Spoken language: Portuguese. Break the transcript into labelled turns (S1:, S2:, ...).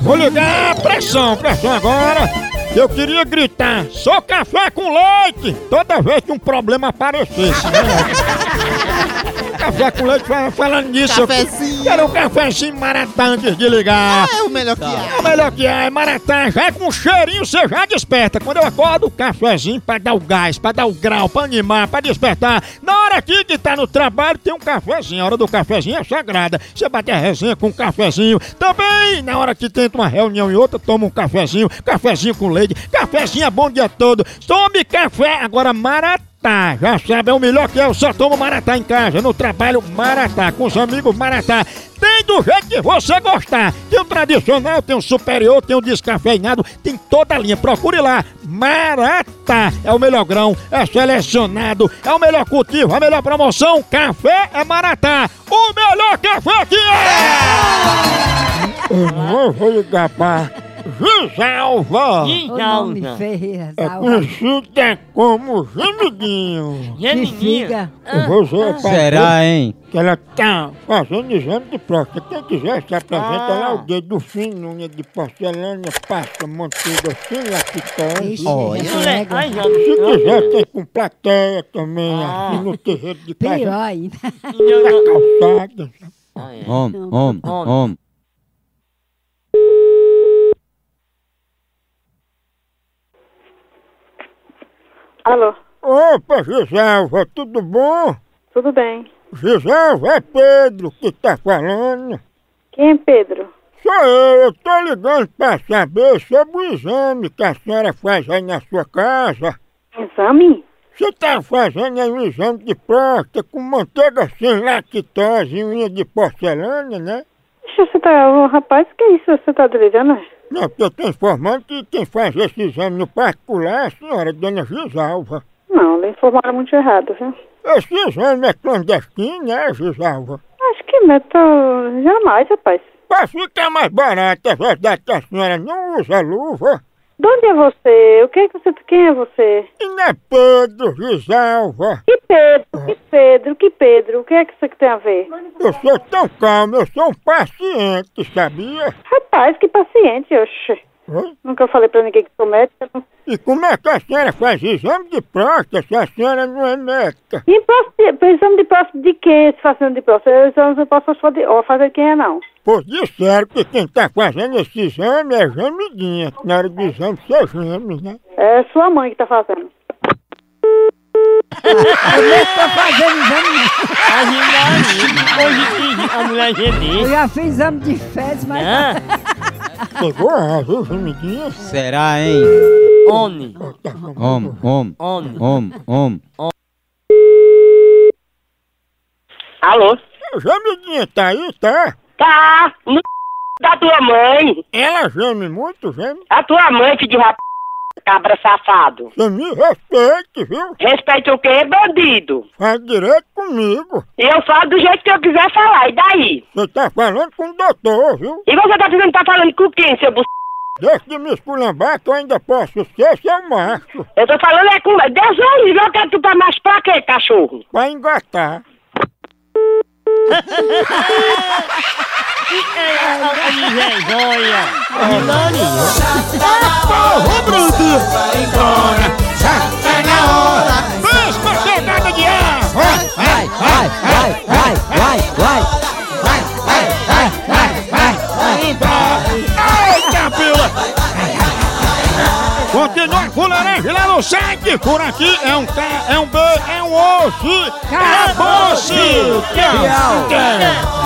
S1: Vou ligar a pressão, pressão agora. Eu queria gritar, sou café com leite, toda vez que um problema aparecesse. né? café com leite, fa- falando nisso, eu
S2: Cafezinho.
S1: quero um cafezinho maratá antes de ligar.
S2: É o melhor que
S1: É o melhor que é, maratá, já com um cheirinho você já desperta. Quando eu acordo, o cafezinho pra dar o gás, pra dar o grau, pra animar, pra despertar. Na hora aqui que tá no trabalho, tem um cafezinho. A hora do cafezinho é sagrada. Você bate a resenha com um cafezinho. Também, na hora que tenta uma reunião e outra, toma um cafezinho. Cafezinho com leite, cafezinho é bom o dia todo. Tome café, agora maratá. Maratá, já sabe, é o melhor que eu só tomo Maratá em casa, no trabalho Maratá, com os amigos Maratá. Tem do jeito que você gostar. Tem o tradicional, tem o superior, tem o descafeinado, tem toda a linha. Procure lá, Maratá. É o melhor grão, é selecionado, é o melhor cultivo, a melhor promoção. Café é Maratá, o melhor café que é! Eu vou ligar pra Gisalva.
S3: O nome
S4: Ginalda.
S3: Ferreira
S1: É
S3: Zalva.
S1: conhecida como gemidinho.
S3: Que
S4: Janine.
S3: fica.
S1: Eu vou
S4: Ah.
S1: zoar pra
S2: Será, hein?
S1: Que ela tá fazendo exame de próstata. Quem quiser se apresenta
S4: Ah.
S1: lá, o dedo fino, unha de porcelana, pasta, manteiga, assim, fina, picante.
S3: Ixi,
S1: Se
S2: Olha.
S3: essa
S4: Isso é-
S3: régua.
S4: Ai,
S1: tá, quiser, tem com plateia também,
S4: Ah.
S1: aqui no terreiro de casa,
S3: Pirói.
S4: Janine.
S1: na calçada.
S4: Ai, ai.
S2: Om, om, om.
S5: Alô,
S1: Opa, Giselva, tudo bom?
S5: tudo bem?
S1: Giselva, é Pedro que tá falando.
S5: Quem é Pedro?
S1: Sou eu, eu tô ligando pra saber sobre o exame que a senhora faz aí na sua casa.
S5: Exame?
S1: Você tá fazendo aí um exame de próstata com manteiga sem lactose e unha de porcelana, né?
S5: Deixa você tá. Ô, rapaz, que isso? Você tá delirando? é?
S1: Não, porque eu tô informando que quem faz esse exame no particular é a senhora Dona Gisalva.
S5: Não, lhe informaram muito errado, viu?
S1: Esse exame é clandestino, né, Gisalva?
S5: Acho que meto. Jamais, rapaz.
S1: Pra ficar mais barato, é verdade que a senhora não usa luva.
S5: De onde é você? O que é que você. Quem é você?
S1: E não é Pedro, Gisalva.
S5: Que Pedro? Que Pedro? Que Pedro? O que é que isso aqui tem a ver?
S1: Eu sou tão calmo, eu sou um paciente, sabia?
S5: Rapaz, que paciente, oxe.
S1: Hã?
S5: Nunca falei pra ninguém que sou médica. não.
S1: E como é que a senhora faz exame de próstata se a senhora não é médica?
S5: E próximo, exame de próximo de quem? Se fazendo de próximo? Eu exame de próximo só de. Ó, fazer de quem é não.
S1: Pois disseram que quem tá fazendo esse exame é gemidinha. que Na hora do exame, você geme, né?
S5: É sua mãe que tá fazendo.
S4: A Janine. Hoje a mulher
S3: Eu
S4: gemia.
S3: já fiz exame de fezes, mas
S4: Ah,
S1: Pegou a viu, gemidinha?
S2: Será, hein?
S4: Oni.
S2: Om, om,
S4: Oni.
S2: om, om.
S6: Alô?
S1: A gemidinha tá aí, tá?
S6: Tá, no da tua mãe.
S1: Ela geme muito, geme.
S6: A tua mãe, filho de rap... cabra safado.
S1: Você me respeite, viu?
S6: Respeita o quê, bandido?
S1: Faz direito comigo.
S6: Eu falo do jeito que eu quiser falar, e daí?
S1: Você tá falando com o doutor, viu?
S6: E você tá dizendo que tá falando com quem, seu bus...
S1: Deixa de me esculambar que eu ainda posso ser seu macho.
S6: Eu tô falando é com... Deus é livre, eu quero tu pra mais pra quê, cachorro?
S1: Vai engatar.
S4: Oni é joia.
S1: Vem, espantada de ar!
S2: Vai, vai, vai, vai, vai, vai.
S1: Continua com laranja lá no site. Por aqui é um K, é um B, é um osso. Acabou-se! Tchau! tchau.